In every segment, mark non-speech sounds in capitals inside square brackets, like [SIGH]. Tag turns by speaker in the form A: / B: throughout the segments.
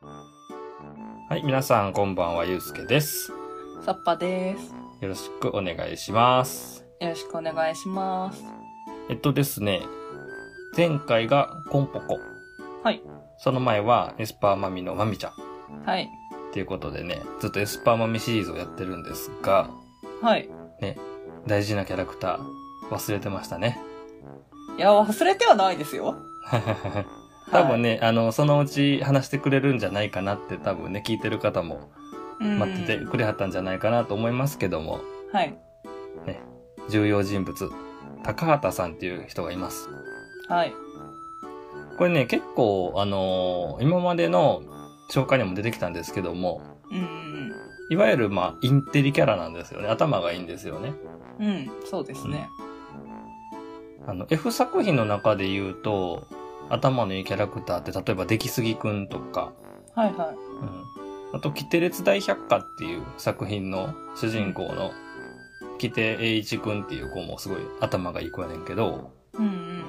A: はい、皆さんこんばんは、ゆうすけです。よ
B: サッパです。
A: ろしくお願いします。
B: よろしくお願いします。
A: えっとですね、前回がコンポコ。
B: はい。
A: その前はエスパーマミのマミちゃん。
B: はい。
A: っていうことでね、ずっとエスパーマミシリーズをやってるんですが、
B: はい。
A: 大事なキャラクター、忘れてましたね。
B: いや、忘れてはないですよ。
A: 多分ね、あの、そのうち話してくれるんじゃないかなって多分ね、聞いてる方も
B: はい、うん
A: 待っててくれはったんじゃないかなと思いますけども、
B: はい。
A: 重要人物、高畑さんっていう人がいます。
B: はい。
A: これね、結構、あのー今までの紹介にも出てきたんですけども、
B: うん
A: いわゆる、まあ、インテリキャラなんですよね。頭がいいんですよね。
B: うんうん。うん、そうですね。
A: あの、F 作品の中で言うと、頭のいいキャラクターって、例えば、出来すぎくんとか、
B: はいはい。
A: うん。あと、キテレツ大百科っていう作品の主人公の、キテ栄一くんっていう子もすごい頭がいい子やねんけど、
B: うんうんうん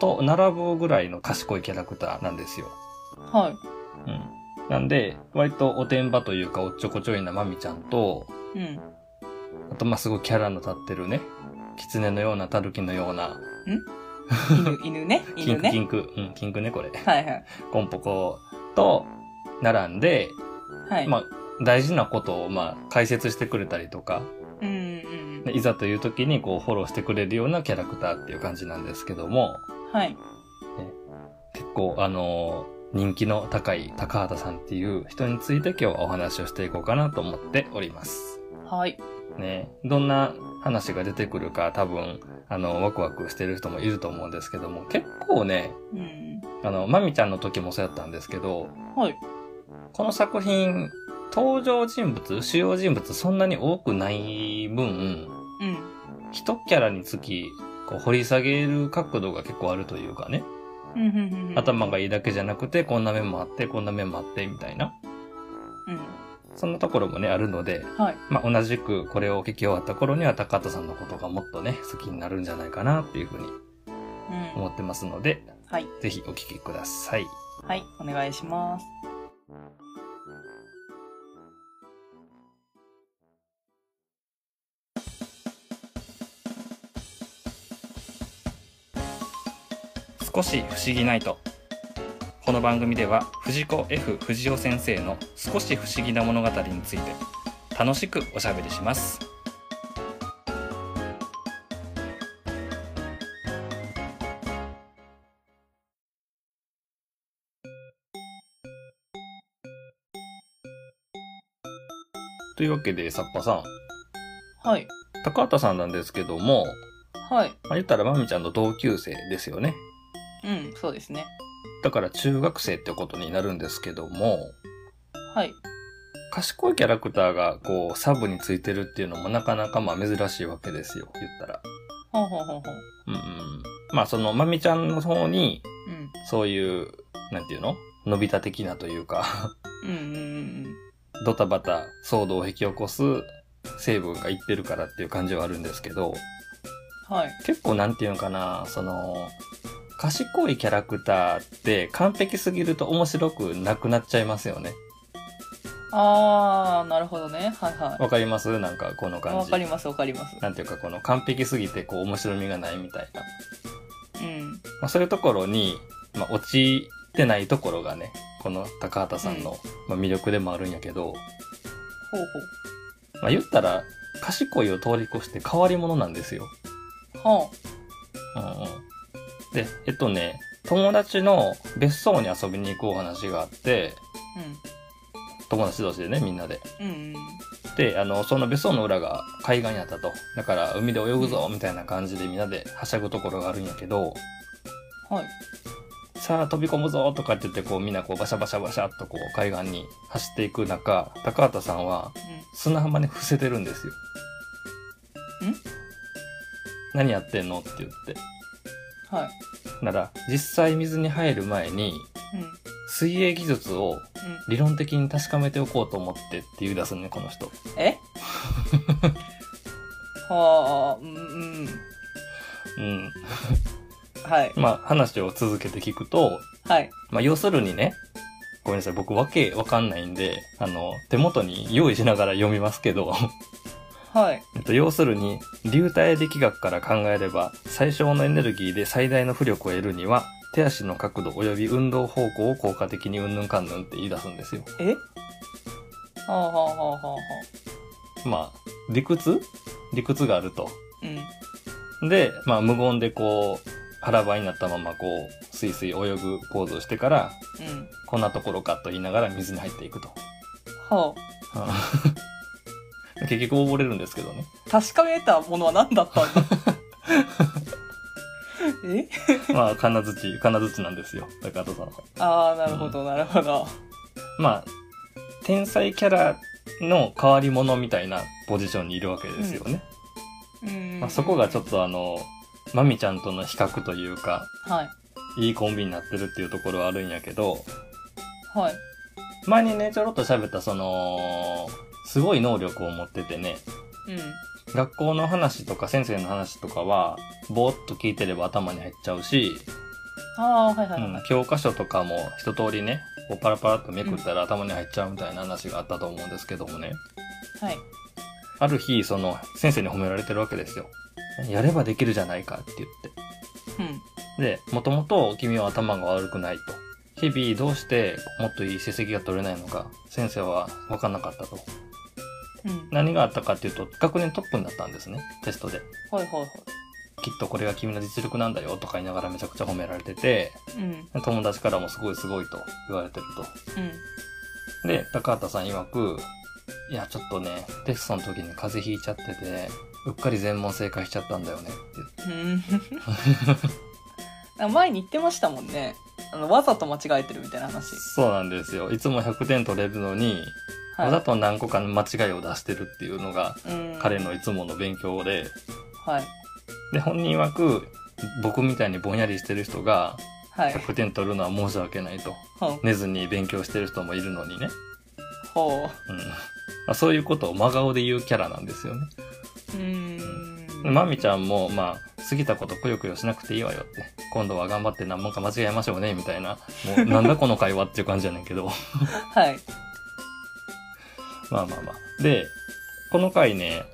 A: と、並ぶぐらいの賢いキャラクターなんですよ。
B: うん。はい。
A: うん。なんで、割とおてんばというかおっちょこちょいなまみちゃんと、
B: うん。
A: [LAUGHS]
B: ん
A: あとまあすごいキャラの立ってるね、狐のようなタヌキのような、
B: 犬、犬ね。
A: キン
B: 犬
A: ク、
B: ね。
A: キンク、うん、キンクね、これ。 [LAUGHS]
B: はいはい。
A: コンポコと並んで、
B: はい。
A: まあ大事なことをまあ解説してくれたりとか、
B: うんうんう
A: ねいざという時にこうフォローしてくれるようなキャラクターっていう感じなんですけども、
B: ん。はい。
A: 結構あのー人気の高い高畑さんっていう人について今日はお話をしていこうかなと思っております。
B: はい。
A: ね、どんな話が出てくるか多分、あの、ワクワクしてる人もいると思うんですけども、結構ね、
B: うん。
A: あの、まみちゃんの時もそうやったんですけど、
B: はい。
A: この作品、登場人物、主要人物そんなに多くない分、
B: うん。
A: 一キャラにつき、こう掘り下げる角度が結構あるというかね、
B: うんうんうんうん。
A: 頭がいいだけじゃなくて、こんな面もあって、こんな面もあって、みたいな。
B: うん。
A: そんなところもね、あるので、
B: はい。
A: まあ、同じくこれを聞き終わった頃には高畑さんのことがもっとね、好きになるんじゃないかなっていうふうに
B: うん。
A: 思ってますので、
B: はい。
A: ぜひお聞きください。
B: はい。お願いします。
A: 少し不思議ないと。この番組では藤子 F 不二雄先生の少し不思議な物語について楽しくおしゃべりします。というわけで、さっぱさん、
B: はい。
A: 高畑さんなんですけども、
B: はい。
A: まあ、言ったらまみちゃんの同級生ですよね。
B: うん。そうですね。
A: だから中学生ってことになるんですけども、
B: はい。
A: 賢いキャラクターがこうサブについてるっていうのもなかなかまあ珍しいわけですよ、言ったら。
B: ほうほうほうほう。
A: うんうん。まあそのまみちゃんの方に、
B: うん。
A: そういう、なんていうの伸びた的なというか、 [LAUGHS]
B: うんうんうんうん。
A: ドタバタ騒動を引き起こす成分がいってるからっていう感じはあるんですけど、
B: はい。
A: 結構なんていうのかな、その、賢いキャラクターって完璧すぎると面白くなくなっちゃいますよね。
B: あー、なるほどね。はいは
A: わかりますなんかこの
B: い。
A: 感
B: わ
A: じ
B: か。りますわかります。
A: なんていうかこの完璧すぎてこう面白みがないみたいな。
B: うん。
A: まあ、そういうところに、まあ、落ちてないところがね、この高畑さんの、まあ、魅力でもあるんやけど、
B: ほう
A: まあ、言ったら賢いを通り越して変わり者なんですよ。
B: ほう。は
A: うんうん、で、えっとね、友達の別荘に遊びに行くお話があって、
B: あ。
A: 友達同士でね、みんなで。
B: うん。うんうん。
A: で、あの、その別荘の裏が海岸やったと。だから海で泳ぐぞみたいな感じでみんなではしゃぐところがあるんやけど、
B: はい。
A: さあ飛び込むぞとかって言ってこうみんなこうバシャバシャバシャっとこう海岸に走っていく中高畑さんは砂浜に伏せてるんですよ。
B: ん
A: 何やってんのって言って。
B: うん。はい。
A: なら実際水に入る前に
B: うん。うん。
A: 水泳技術を理論的に確かめておこうと思ってって言い出すねこの人。
B: え [LAUGHS] はあ、うん、うん。
A: うん。
B: はい。
A: まあ、話を続けて聞くと、
B: はい。
A: まあ、要するにね、ごめんなさい、僕、わけわかんないんで、あの、手元に用意しながら読みますけど、
B: はい。
A: えっと、要するに、流体力学から考えれば、最小のエネルギーで最大の浮力を得るには、手足の角度及び運動方向を効果的にうんぬんかんぬんって言い出すんですよ。
B: えはあはあはあはあはあ。
A: まあ、理屈理屈があると。
B: うん。
A: で、まあ、無言でこう、腹ばいになったままこう、スイスイ泳ぐポーズをしてから、
B: うん。
A: こんなところかと言いながら水に入っていくと。
B: は
A: うん [LAUGHS] 結局溺れるんですけどね。
B: あ。確かめたものは [LAUGHS] 何だったんだえ
A: まあ、金槌、金槌なんですよ。高田さんは。
B: ああ、なるほど、なるほど。
A: まあ、天才キャラの変わり者みたいなポジションにいるわけですよね。
B: うん。
A: まあ、そこがちょっ。とあの、まみちゃんとの比較というか、
B: はい。
A: いいコンビになってるっていうところはあるんやけど、
B: はい。
A: 前にね、ちょろっと喋ったその、すごい能力を持っててね、
B: うん。
A: 学校の話とか先生の話とかは、ぼーっと聞いてれば頭に入っちゃうし、
B: ああ、はいはいは
A: う
B: い。
A: ん、教科書とかも一通りね、こうパラパラっとめくったら頭に入っちゃうみたいな話があったと思うんですけどもね。
B: はい。
A: ある日、その、先生に褒められてるわけですよ。やればできるじゃないかって言っ
B: うん。
A: て。で、もともと君は頭が悪くないと。日々どうしてもっといい成績が取れないのか、先生は分かんなかったと。
B: うん。
A: 何があったかっていうと、学年トップになったんですね、テストで。
B: はいはいは
A: きっとこれが君の実力なんだよとか言いながらめちゃくちゃ褒められてて、
B: い。うん。
A: 友達からもすごいすごいと言われてると。
B: うん。
A: で、高畑さん曰く、いや、ちょっとね、テストの時に風邪ひいちゃってて、うっかり全問正解しちゃったんだよねって言って
B: うん。
A: [LAUGHS]
B: なんか前に言ってましたもんね。あの、わざと間違えてるみたいな話。
A: そうなんですよ。いつも100点取れるのに、わざ
B: は
A: と何個かの間違いを出してるっていうのが、
B: い。うん。
A: 彼。のいつもの勉強で、
B: はい。
A: で、本人曰く、僕みたいにぼんやりしてる人が
B: はい。
A: 100点取るのは申し訳ないと。
B: ほう。
A: 寝ずに勉強してる人もいるのにね。
B: ほ
A: うん。まあ、そういうことを真顔で言うキャラなんですよね。
B: う。うん。
A: まみちゃんも、まあ、過ぎたことくよくよしなくていいわよって。今度は頑張って何もか間違えましょうね、みたいな。もう、なんだこの会話っていう感じやねんけど。
B: はい。
A: まあまあまあ。で、この回ね、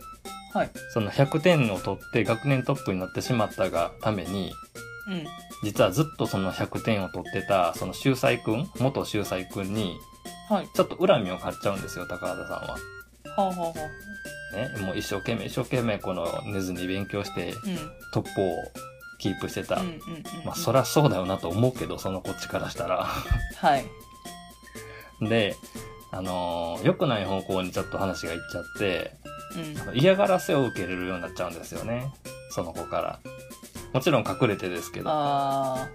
B: はい。
A: その100点を取って学年トップになってしまったがために、
B: うん。
A: 実はずっとその100点を取ってた、その秀才くん、元秀才くんに、
B: はい。
A: ちょっと恨みを買っちゃうんですよ、高畑さんは。
B: ほうほうほ
A: ね、もう一生懸命一生懸命この寝ずに勉強して
B: う。うん。
A: トップをキープしてた。
B: うんうんうん。
A: まあそ。らそうだよなと思うけど、そのこっちからしたら。
B: はい。
A: で、あのー良くない方向にちょっと話がいっちゃって、
B: うん
A: あ。の嫌がらせを受けれるようになっちゃうんですよねその子からもちろん隠れてですけどな
B: ああ。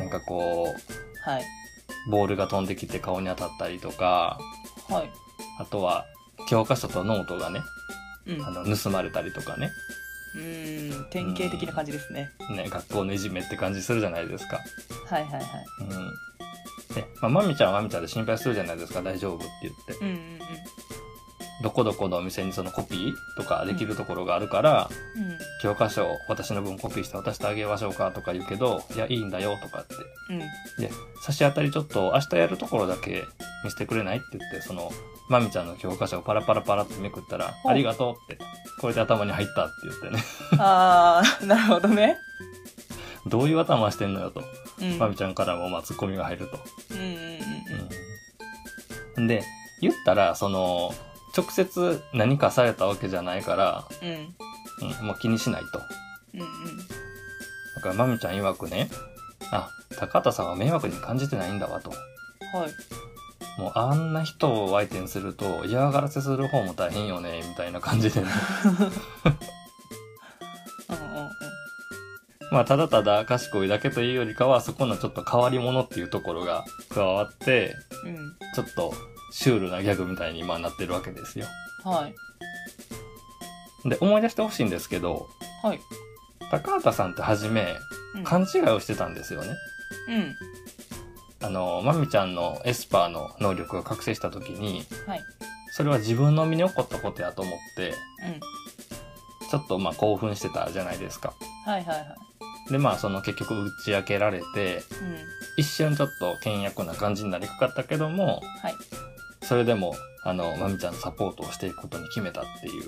B: あ
A: んかこ
B: あ。はい。
A: うボールが飛んできて顔に当たったりとか
B: はい。
A: あとは教科書とノートがね
B: うん
A: あ。の盗まれたりとかね
B: うん。典型的な感じですね。
A: ね学校のいじめって感じするじゃないですか
B: はいはいはい。
A: うんで、まあ、まみちゃんはまみちゃんで心配するじゃないですか大丈夫って言って
B: うんうん
A: どこどこのお店にそのコピーとかできるところがあるから、
B: うん。
A: 教科書を私の分コピーして渡してあげましょうかとか言うけどいやいいんだよとかって
B: うん。うん。
A: で差し当たりちょっと明日やるところだけ見せてくれないって言ってそのまみちゃんの教科書をパラパラパラってめくったら「
B: ほう
A: ありがとう」ってこれで頭に入ったって言ってね [LAUGHS]
B: ああ、なるほどね。
A: どういう頭してんのよと
B: うん。
A: まみちゃんからもまあツッコミが入ると。
B: うんうんうんうん。
A: うん、で言ったらその直接何かされたわけじゃないから、
B: うん
A: うん、もう気にしないと。
B: うんうん。
A: だからまみちゃん曰くねあ高畑さんは迷惑に感じてないんだわと。
B: はい。
A: もうあんな人を相手にすると嫌がらせする方も大変よねみたいな感じでね
B: うんうんうん。
A: まあただただ賢いだけというよりかはそこのちょっと変わり者っていうところが加わって
B: うん。
A: ちょっとシュールなギャグみたいにまあなってるわけですよ
B: はい。
A: で思い出してほしいんですけど
B: はい。
A: 高畑さんって初め
B: うん。
A: 勘違いをしてたんですよね
B: うん。
A: あのまみちゃんのエスパーの能力が覚醒した時に
B: はい。
A: それは自分の身に起こったことやと思って
B: うん。
A: ちょっとまあ興奮してたじゃないですか。
B: はいはいはい
A: でまあその結局打ち明けられて
B: うん
A: 一瞬ちょっと倹約な感じになりかかったけども
B: はい
A: それでもあのまみちゃんのサポートをしていくことに決めたっていう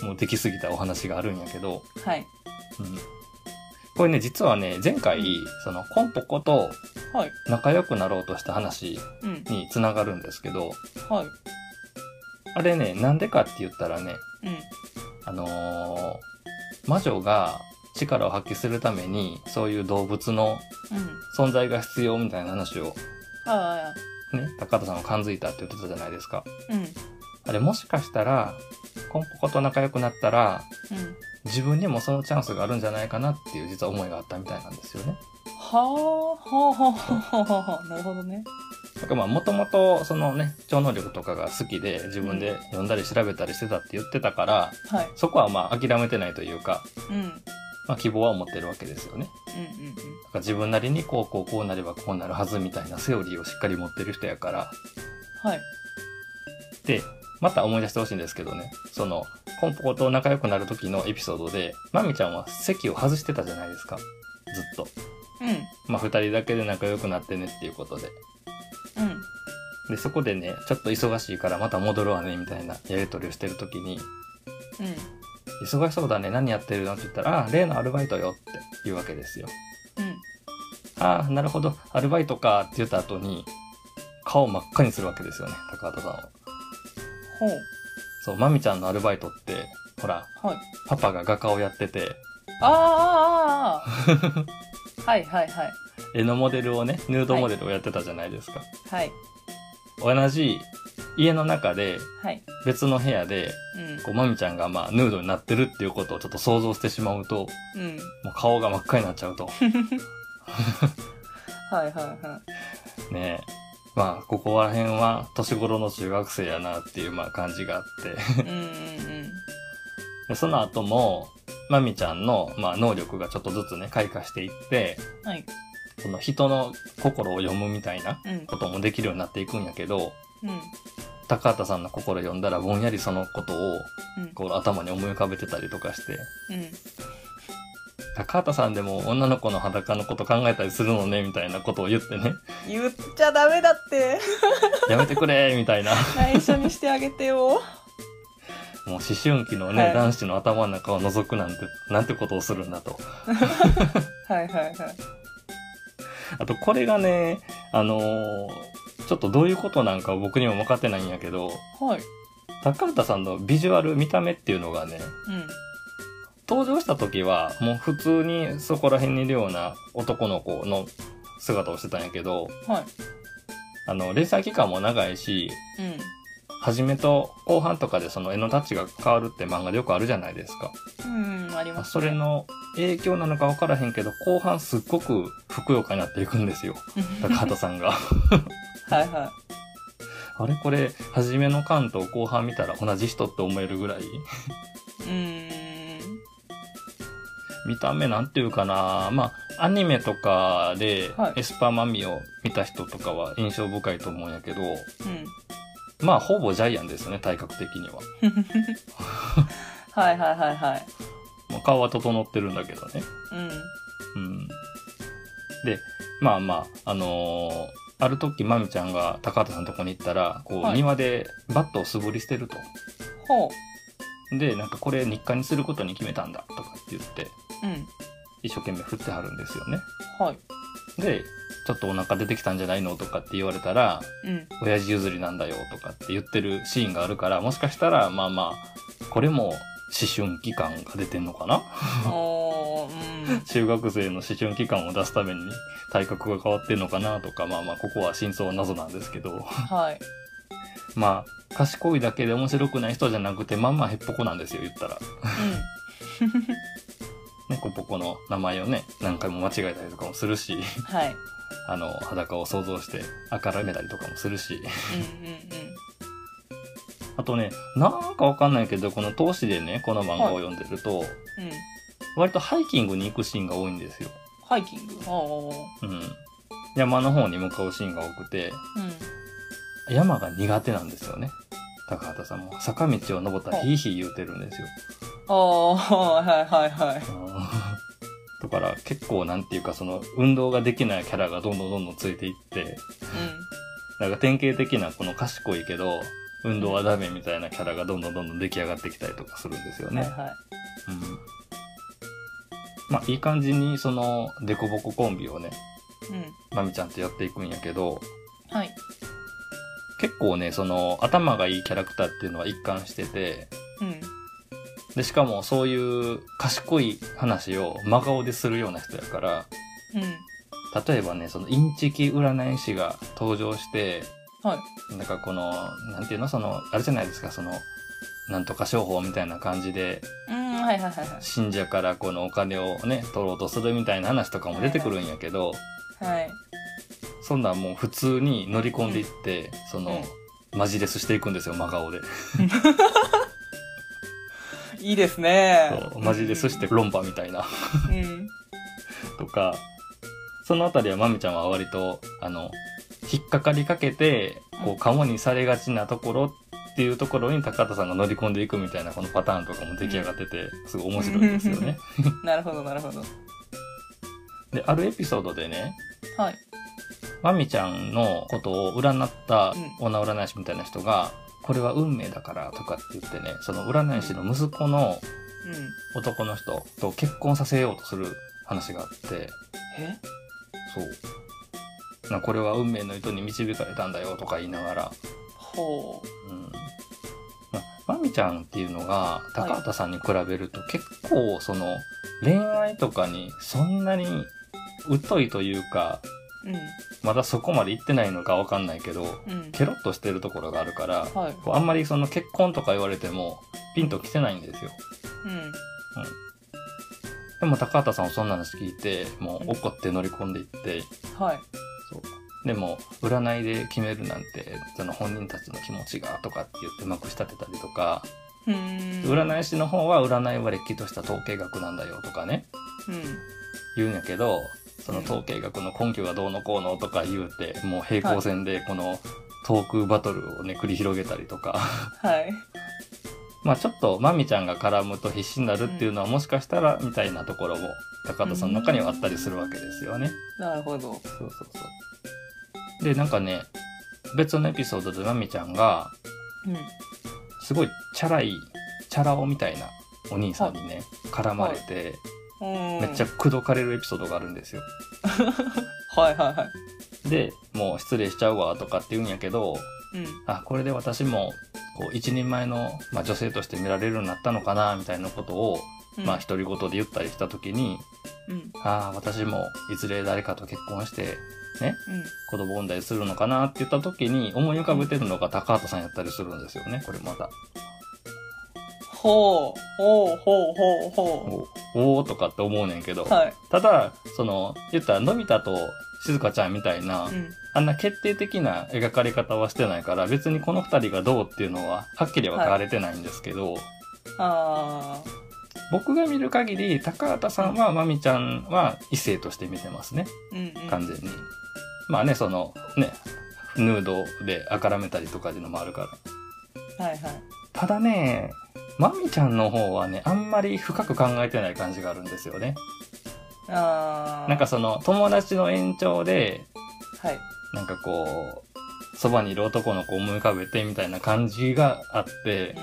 B: うん
A: もうできすぎたお話があるんやけど、
B: はい
A: うん、これね実はね前回そのコンポコと
B: はい
A: 仲良くなろうとした話
B: うん
A: につながるんですけど
B: はい
A: あれねなんでかって言ったらね
B: うん
A: あのー魔女が力を発揮するためにそういう動物の
B: うん
A: 存在が必要みたいな話を
B: ああ
A: ね高田さんは感づいたって言ってたじゃないですか
B: うん
A: あれもしかしたらコンポコと仲良くなったら
B: うん
A: 自分にもそのチャンスがあるんじゃないかなっていう実は思いがあったみたいなんですよね。
B: はあはあはあはあはあなるほどね
A: だからまあもともとそのね超能力とかが好きで自分で読んだり調べたりしてたって言ってたから
B: はい
A: そこはまあ諦めてないというか、
B: うんうんうん
A: まあ、希望は持ってるわけですよね。
B: うん
A: だから自分なりにこうこうこうなればこうなるはずみたいなセオリーをしっかり持ってる人やから
B: はい
A: でまた思い出してほしいんですけどねそのコンポコと仲良くなる時のエピソードでまみちゃんは席を外してたじゃないですかずっと。
B: う
A: まあ、2人だけで仲良くなってねっていうことで
B: んうん
A: でそこでねちょっと忙しいからまた戻るわねみたいなやり取りをしてる時に
B: う
A: 「
B: ん
A: 忙しそうだね何やってるの?」って言ったら「あ例のアルバイトよ」って言うわけですよ。
B: うん
A: ああなるほどアルバイトかって言った後に顔真っ赤にするわけですよね高畑さんを。
B: ほ
A: そうまみちゃんのアルバイトってほら
B: うはい
A: パパが画家をやってて
B: ああはいはいはい
A: 絵のモデルをねヌードモデルをやってたじゃないですか。
B: はい
A: 同じ家の中で
B: はい
A: 別の部屋で
B: うん
A: こうまみちゃんがまあヌードになってるっていうことをちょっと想像してしまうと
B: うん
A: もう顔が真っ赤になっちゃ
B: [LAUGHS]
A: うと
B: はいはいは
A: ねえまあここら辺は年頃の中学生やなっていうまあ感じがあって
B: いうんうん
A: でその後もまみちゃんのまあ能力がちょっとずつね開花していって
B: うんはい
A: その人の心を読むみたいな
B: うん
A: こともできるようになっていくんやけど
B: うん
A: 高畑さんの心読んだらぼんやりそのことを
B: うん
A: こう頭に思い浮かべてたりとかして
B: うん
A: 高畑さんでも女の子の裸のこと考えたりするのねみたいなことを言ってね
B: 言っちゃダメだって
A: やめてくれ [LAUGHS] みたいな
B: [LAUGHS] 内緒にしてあげてよ
A: もう思春期のね、
B: はい
A: 男子の頭の中を覗くなんてなんてことをするんだと
B: はいはいはい
A: あとこれがねあのーちょっとどういうことなんか僕にも分かってないんやけど
B: はい
A: 高畑さんのビジュアル見た目っていうのがね
B: うん
A: 登場した時はもう普通にそこら辺にいるような男の子の姿をしてたんやけど
B: はい
A: あの連載期間も長いし
B: うん
A: 初めと後半とかでその絵のタッチが変わるって漫画でよくあるじゃないですか。
B: うんうんあり
A: まあ
B: ます
A: それの影響なのか分からへんけど後半すっごくふくよかになっていくんですよ高畑さんが
B: はいは
A: [LAUGHS] あれこれ初めの巻と後半見たら同じ人って思えるぐらい
B: いうん
A: 見た目なんていうかなまあアニメとかで
B: はい
A: エスパーマミを見た人とかは印象深いと思うんやけど
B: うん
A: まあほぼジャイアンですよね体格的には
B: はいはいはいはい
A: もう顔は整ってるんだけどね
B: うん
A: うんでまあまああのーある時まみちゃんが高畑さんのとこに行ったらこう、
B: はい
A: 庭でバットを素振りしてると
B: ほ
A: でなんかこれ日課にすることに決めたんだとかって言って
B: ううん
A: 一生懸命振ってはるんですよね
B: はい
A: でちょっとお腹出てきたんじゃないのとかって言われたら
B: うん
A: 親父譲りなんだよとかって言ってるシーンがあるからもしかしたらまあまあこれも思春期感が出てんのかな
B: おーうん
A: 中学生の思春期感を出すために体格が変わってんのかなとかまあまあここは真相は謎なんですけど [LAUGHS]
B: はい
A: まあ賢いだけで面白くない人じゃなくてまあまあへっぽこなんですよ言ったらね、コポコの名前をね何回も間違えたりとかもするし [LAUGHS]
B: うんはい
A: あの裸を想像して明らめたりとかもするし
B: うんうんうん
A: あとねなんかわかんないけどこの投資でねこの漫画を読んでると、
B: うん
A: 割とハイキングに行くシーンが多いんですよ、
B: ハイキングおー
A: うん、山の方に向かうシーンが多くて
B: うん
A: 山が苦手なんですよね高畑さんも坂道を登ったらヒーヒー言うてるんですよ
B: あおー、はいはいはい。
A: あ [LAUGHS] ーだから結構なんていうかその運動ができないキャラがどんどんどんどんついていって、なんか典型的なこの賢いけど、運動はダメみたいなキャラがどんどんどんどん出来上がってきたりとかするんですよ
B: うん。はい
A: ね。
B: は
A: うん。まあいい感じにそのデコボココンビをね、
B: い。うん。
A: まみちゃんとやっていくんやけど、
B: はい。
A: 結構ね、その頭がいいキャラクターっていうのは一貫してて、
B: うん。
A: で、しかもそういう賢い話を真顔でするような人やから、
B: うん。
A: 例えばねそのインチキ占い師が登場して
B: はい。
A: なんかこのなんていうのそのあれじゃないですかそのなんとか商法みたいな感じで
B: うん、はいはいはいはい。
A: 信者からこのお金をね取ろうとするみたいな話とかも出てくるんやけど
B: はい。
A: そんなんもう普通に乗り込んでいってそのマジレスしていくんですよ真顔で
B: いいですね
A: そう。マジレスして論破みたいな
B: うん。
A: とかそのあたりはまみちゃんは割とあの引っかかりかけてこう鴨にされがちなところっていうところに高田さんが乗り込んでいくみたいなこのパターンとかも出来上がっててすごい面白いですよね。
B: なるほどなるほど。
A: であるエピソードでね
B: はい。
A: まみちゃんのことを占った
B: う
A: 女占い師みたいな人が「これは運命だから」とかって言ってねその占い師の息子の
B: うん。
A: 男の人と結婚させようとする話があって。
B: え
A: そう。なこれは運命の糸に導かれたんだよとか言いながら、
B: ほ
A: うん。ままみちゃんっていうのが高畑さんに比べると結構その恋愛とかにそんなに疎いというか、
B: う。う
A: まだそこまで行ってないのかわかんないけど、
B: ん。うん。
A: ケロッとしてるところがあるから、
B: はい。
A: こうあんまりその結婚とか言われてもピンと来てないんですよ。
B: うん。
A: でも高畑さんはそんな話聞いて、もう怒って乗り込んでいって、
B: はい。
A: そうでも占いで決めるなんてその本人たちの気持ちがとかって言ってうまく仕立てたりとか、
B: うーん。
A: 占い師の方は占いはれっきとした統計学なんだよとかね
B: うん。
A: 言うんやけどその統計学の根拠がどうのこうのとか言うてもう平行線でこのトークバトルをね繰り広げたりとか [LAUGHS]
B: はい。
A: まあちょっとまみちゃんが絡むと必死になるっていうのはもしかしたらみたいなところも高田さんの中にはあったりするわけですよね。
B: なるほど。
A: そうそうそう。で、なんかね、別のエピソードでまみちゃんが、
B: うん。
A: すごいチャラい、チャラ男みたいなお兄さんにね、絡まれて、
B: うん。
A: めっちゃ口説かれるエピソードがあるんですよ。
B: はいはいは
A: で、もう失礼しちゃうわとかって言うんやけど、
B: い。うん。
A: あ、これで私も、こう、一人前の、まあ、女性として見られるようになったのかな、みたいなことを、
B: うん
A: まあ、独り言で言ったりした時に、
B: うん。うん。
A: ああ、私も、いずれ誰かと結婚して、ね、子供問題するのかなって言った時に思い浮かべてるのが高畑さんやったりするんですよねこれまた
B: ほう。ほうほうほうほ
A: おおーとかって思うねんけど、
B: う。はい。
A: ただその言ったらのび太と静香ちゃんみたいな、
B: うん。
A: あんな決定的な描かれ方はしてないから別にこの2人がどうっていうのははっきりは書かれてないんですけど、
B: あ
A: 僕が見る限り高畑さんはまみちゃんは異性として見てますね
B: ー。うん、うん。
A: 完全に、まあねそのねヌードであからめたりとかいうのもあるから
B: はいはい。
A: ただね、まみちゃんの方はね、あんまり深く考えてない感じがあるんですよね。
B: あー。
A: なんか、その、友達の延長で、
B: はい。
A: なんかこう、そばにいる男の子を思い浮かべてみたいな感じがあって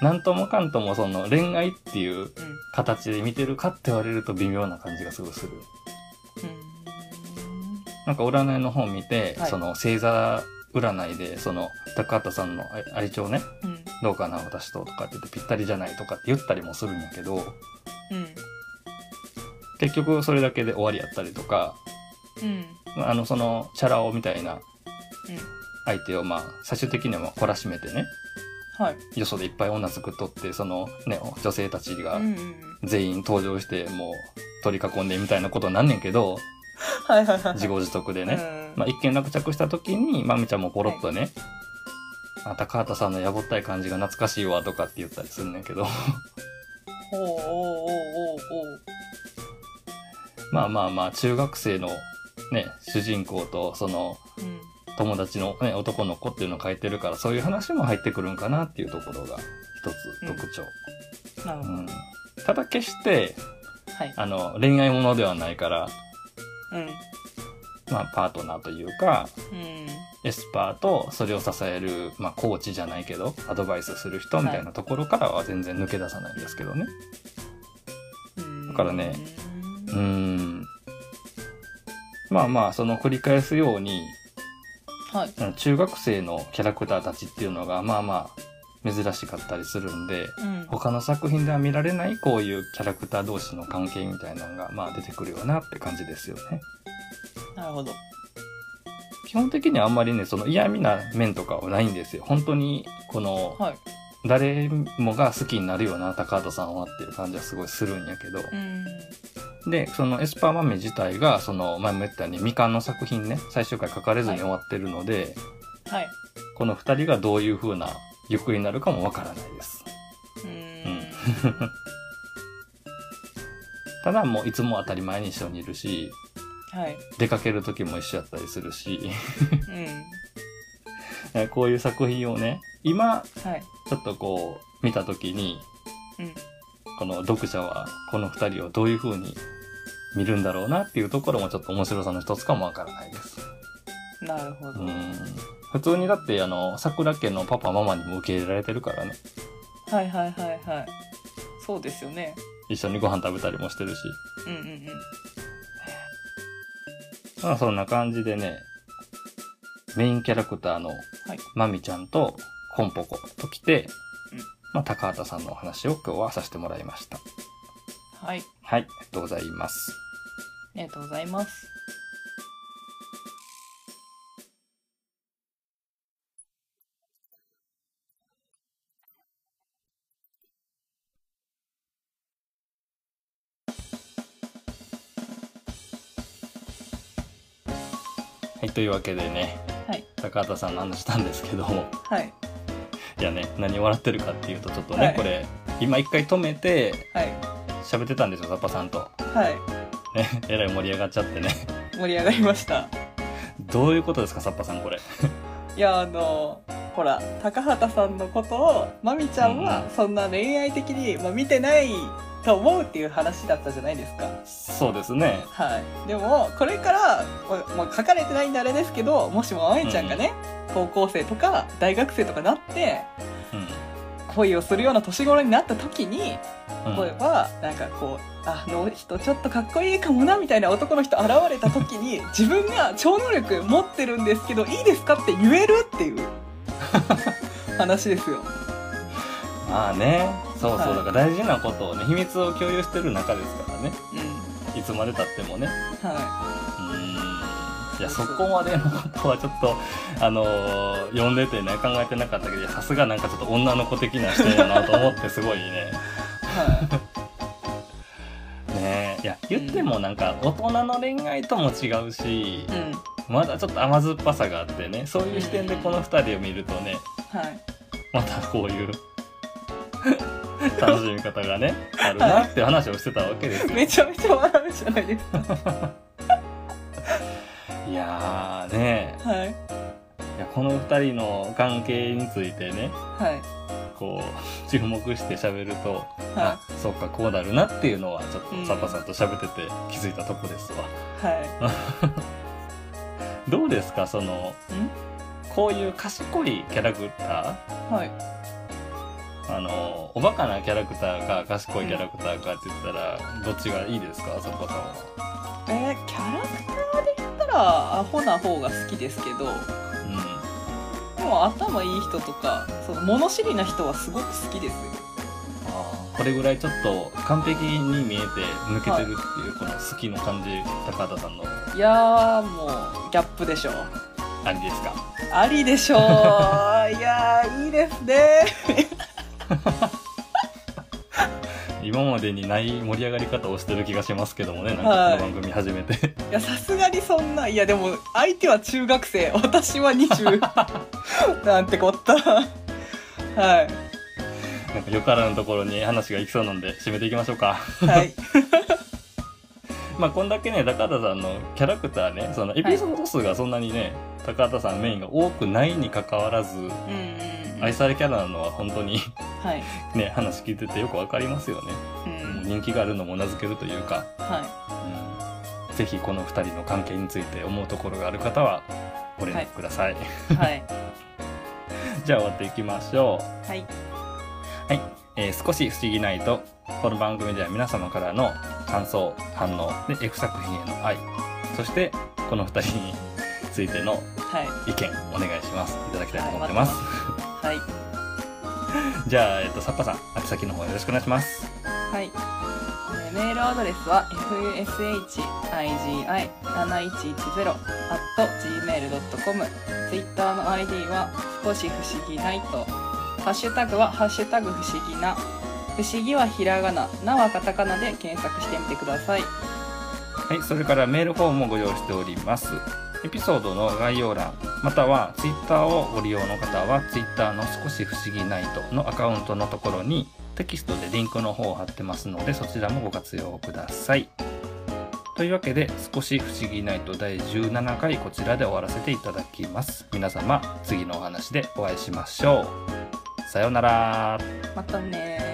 B: う、。
A: なんともかんともその恋愛っていうん
B: うん。
A: 形で見てるかって言われると微妙な感じがすごいする。
B: うん
A: なんか占いの本見て、
B: はい
A: その星座占いで、その高畑さんのあ愛情ね、
B: うん。
A: どうかな私ととかって言ってぴったりじゃないとかって言ったりもするんやけど、
B: うん。
A: 結局それだけで終わりやったりとか、
B: うん。
A: まああのそのチャラ男みたいな
B: うん
A: 相手をまあ最終的には懲らしめてね
B: はい。
A: よそでいっぱい女作っとってそのね女性たちが
B: うんうんうん。
A: 全員登場してもう取り囲んでみたいなことになんねんけど
B: はいはいはい。
A: 自業自得でね、
B: うん。
A: まあ、一件落着した時にまみちゃんもポロッとね、あ高畑さんのやぼったい感じが懐かしいわとかって言ったりすんねんけど
B: おうおうおうおうおう。
A: まあまあまあ中学生のね主人公とその
B: うん。
A: 友達の、ね、男の子っていうのを書いてるからそういう話も入ってくるんかなっていうところが一つ特徴、
B: なる
A: う
B: ほど、
A: ん、ただ決して
B: はい
A: あの恋愛ものではないから、
B: うん
A: まあ、パートナーというか
B: うん
A: エスパーとそれを支える、まあ、コーチじゃないけどアドバイスする人みたいなところからは全然抜け出さないんですけどね。
B: うん
A: だからねう
B: うん
A: ーんまあまあその繰り返すように
B: はい
A: あの中学生のキャラクターたちっていうのがまあまあ珍しかったりするんで
B: うん
A: 他の作品では見られないこういうキャラクター同士の関係みたいなのがまあ出てくるよなって感じですよね。
B: なるほど
A: 基本的にはあんまりねその嫌味な面とかはないんですよ。本当にこの
B: はい
A: 誰もが好きになるような高畑さんはっていう感じはすごいするんやけど。
B: うん
A: でそのエスパーマメ自体がその前も言ったように未完の作品ね最終回書かれずに終わってるので、
B: はい
A: この2人がどういう風な行方になるかもわからないです
B: うん
A: んただもういつも当たり前に一緒にいるし
B: はい
A: 出かける時も一緒やったりするし
B: うん
A: こういう作品をね今
B: はい
A: ちょっとこう見た時に
B: うん
A: この読者はこの2人をどういう風に見るんだろうなっていうところもちょっと面白さの一つかもわからないです
B: なるほど、
A: うん普通にだってあの桜家のパパママにも受け入れられてるからね
B: はいはいはいはいそうですよね
A: 一緒にご飯食べたりもしてるし、
B: うんうんうん
A: まあ、そんな感じでねメインキャラクターの
B: はい
A: まみちゃんとコンポコと来て、
B: うん
A: まあ、高畑さんのお話を今日はさせてもらいました
B: はい
A: はいありがとうございます
B: ありがとうございます
A: はいというわけでね、
B: はい
A: 高畑さんの話したんですけど [LAUGHS] も
B: はい
A: いやね何笑ってるかっていうとちょっとね、
B: はい
A: これ今一回止めて
B: はい
A: 喋ってたんですよザッパさんと [LAUGHS]
B: は
A: ねえらい盛り上がっちゃってね [LAUGHS]
B: い盛り上がりました
A: どういうことですか、サッパさん、これ。
B: いやあのほら高畑さんのことをまみちゃん
A: うん
B: はそんな恋愛的に、まあ、見てないと思うっていう話だったじゃないですか
A: そうですね。
B: はいでもこれから、まあまあ、書かれてないんであれですけどもしもまみちゃんがね、高校生とか大学生とかなって
A: うん。
B: 恋をするような年頃になった時に
A: うん
B: 例えばなんかこうあの人ちょっとかっこいいかもなみたいな男の人現れた時に自分が超能力持ってるんですけどいいですかって言えるっていう話ですよ。
A: まあね、そうそう、
B: は
A: だ
B: い
A: から大事なことをね、秘密を共有してる中ですからね。
B: うん
A: いつまでたってもね。
B: は
A: うーん。いや、そこまでのことはちょっと、あのー読んでてね、考えてなかったけど、いやさすがなんかちょっと女の子的な人やなと思って、すごいね。
B: いは
A: ねいや、言ってもなんか、大人の恋愛とも違うし
B: い、、うん
A: まだちょっと甘酸っぱさがあってね、そういう視点でこの二人を見るとね、
B: はい、
A: またこういう [LAUGHS] 楽しみ方がねあるなって話をしてたわけですよ。
B: めちゃめちゃ笑うじゃないですか。
A: いやーね
B: はい
A: いやこの2人の関係についてね
B: はい
A: こう [LAUGHS] 注目して喋ると、あ
B: は
A: そっかこうなるなっていうのはちょっ
B: う
A: と
B: ん
A: サッパさんと喋ってて気づいたとこですわ。
B: いは
A: どうですかそのこういう賢いキャラクター
B: いはい
A: あのおバカなキャラクターか賢いキャラクターかって言ったらどっちがいいですかサッパさんは。
B: えーキャラクターで言ったらアホな方が好きですけ
A: う
B: ど
A: ん
B: でも頭いい人とかその物知りな人はすごく好きですよ。
A: これぐらいちょっと完璧に見えて抜けてるっていうこの好きの感じ高畑さんの
B: いやーもうギャップでしょ
A: ありですか
B: ありで
A: [LAUGHS]
B: しょういやーいいですね
A: 今までにない盛り上がり方をしてる気がしますけどもねなんかこの番組始めて、 [LAUGHS]
B: いやさすがにそんないやでも相手は中学生私は20
A: [LAUGHS]
B: なんてこったは
A: なんかよからぬところに話がいきそうなんで締めていきましょうか
B: いはい
A: まあこんだけね高畑さんのキャラクターねそのエピソード数がそんなにね、高畑さんメインが多くないにかかわらず
B: うんうんうん
A: 愛されキャラなのは本当に
B: はい
A: ね、話聞いててよくわかりますよね。
B: うん
A: 人気があるのも頷けるというか、
B: は
A: うん、ぜひこの2人の関係について思うところがある方はご連絡ください、
B: いはい
A: じゃあ終わっていきましょう
B: はい
A: えー少し不思議ないとこの番組では皆様からの感想反応で F 作品への愛そしてこの2人についての
B: はい
A: 意見お願いしますいただきたいと思ってます、
B: はい
A: じゃあ、えっと、サッパさん宛先の方よろしくお願いします
B: はい、えーメールアドレスは fushigi7110.gmail.com ツイッターの ID は少し不思議ないとハッシュタグはハッシュタグ不思議な不思議はひらがななはカタカナで検索してみてください
A: はい、それからメールフォームもご用意しております。エピソードの概要欄、または Twitter をご利用の方は Twitter の少し不思議ナイトのアカウントのところにテキストでリンクの方を貼ってますのでそちらもご活用ください。というわけで少し不思議ナイト第17回こちらで終わらせていただきます。皆様次のお話でお会いしましょう。さようなら。
B: またねー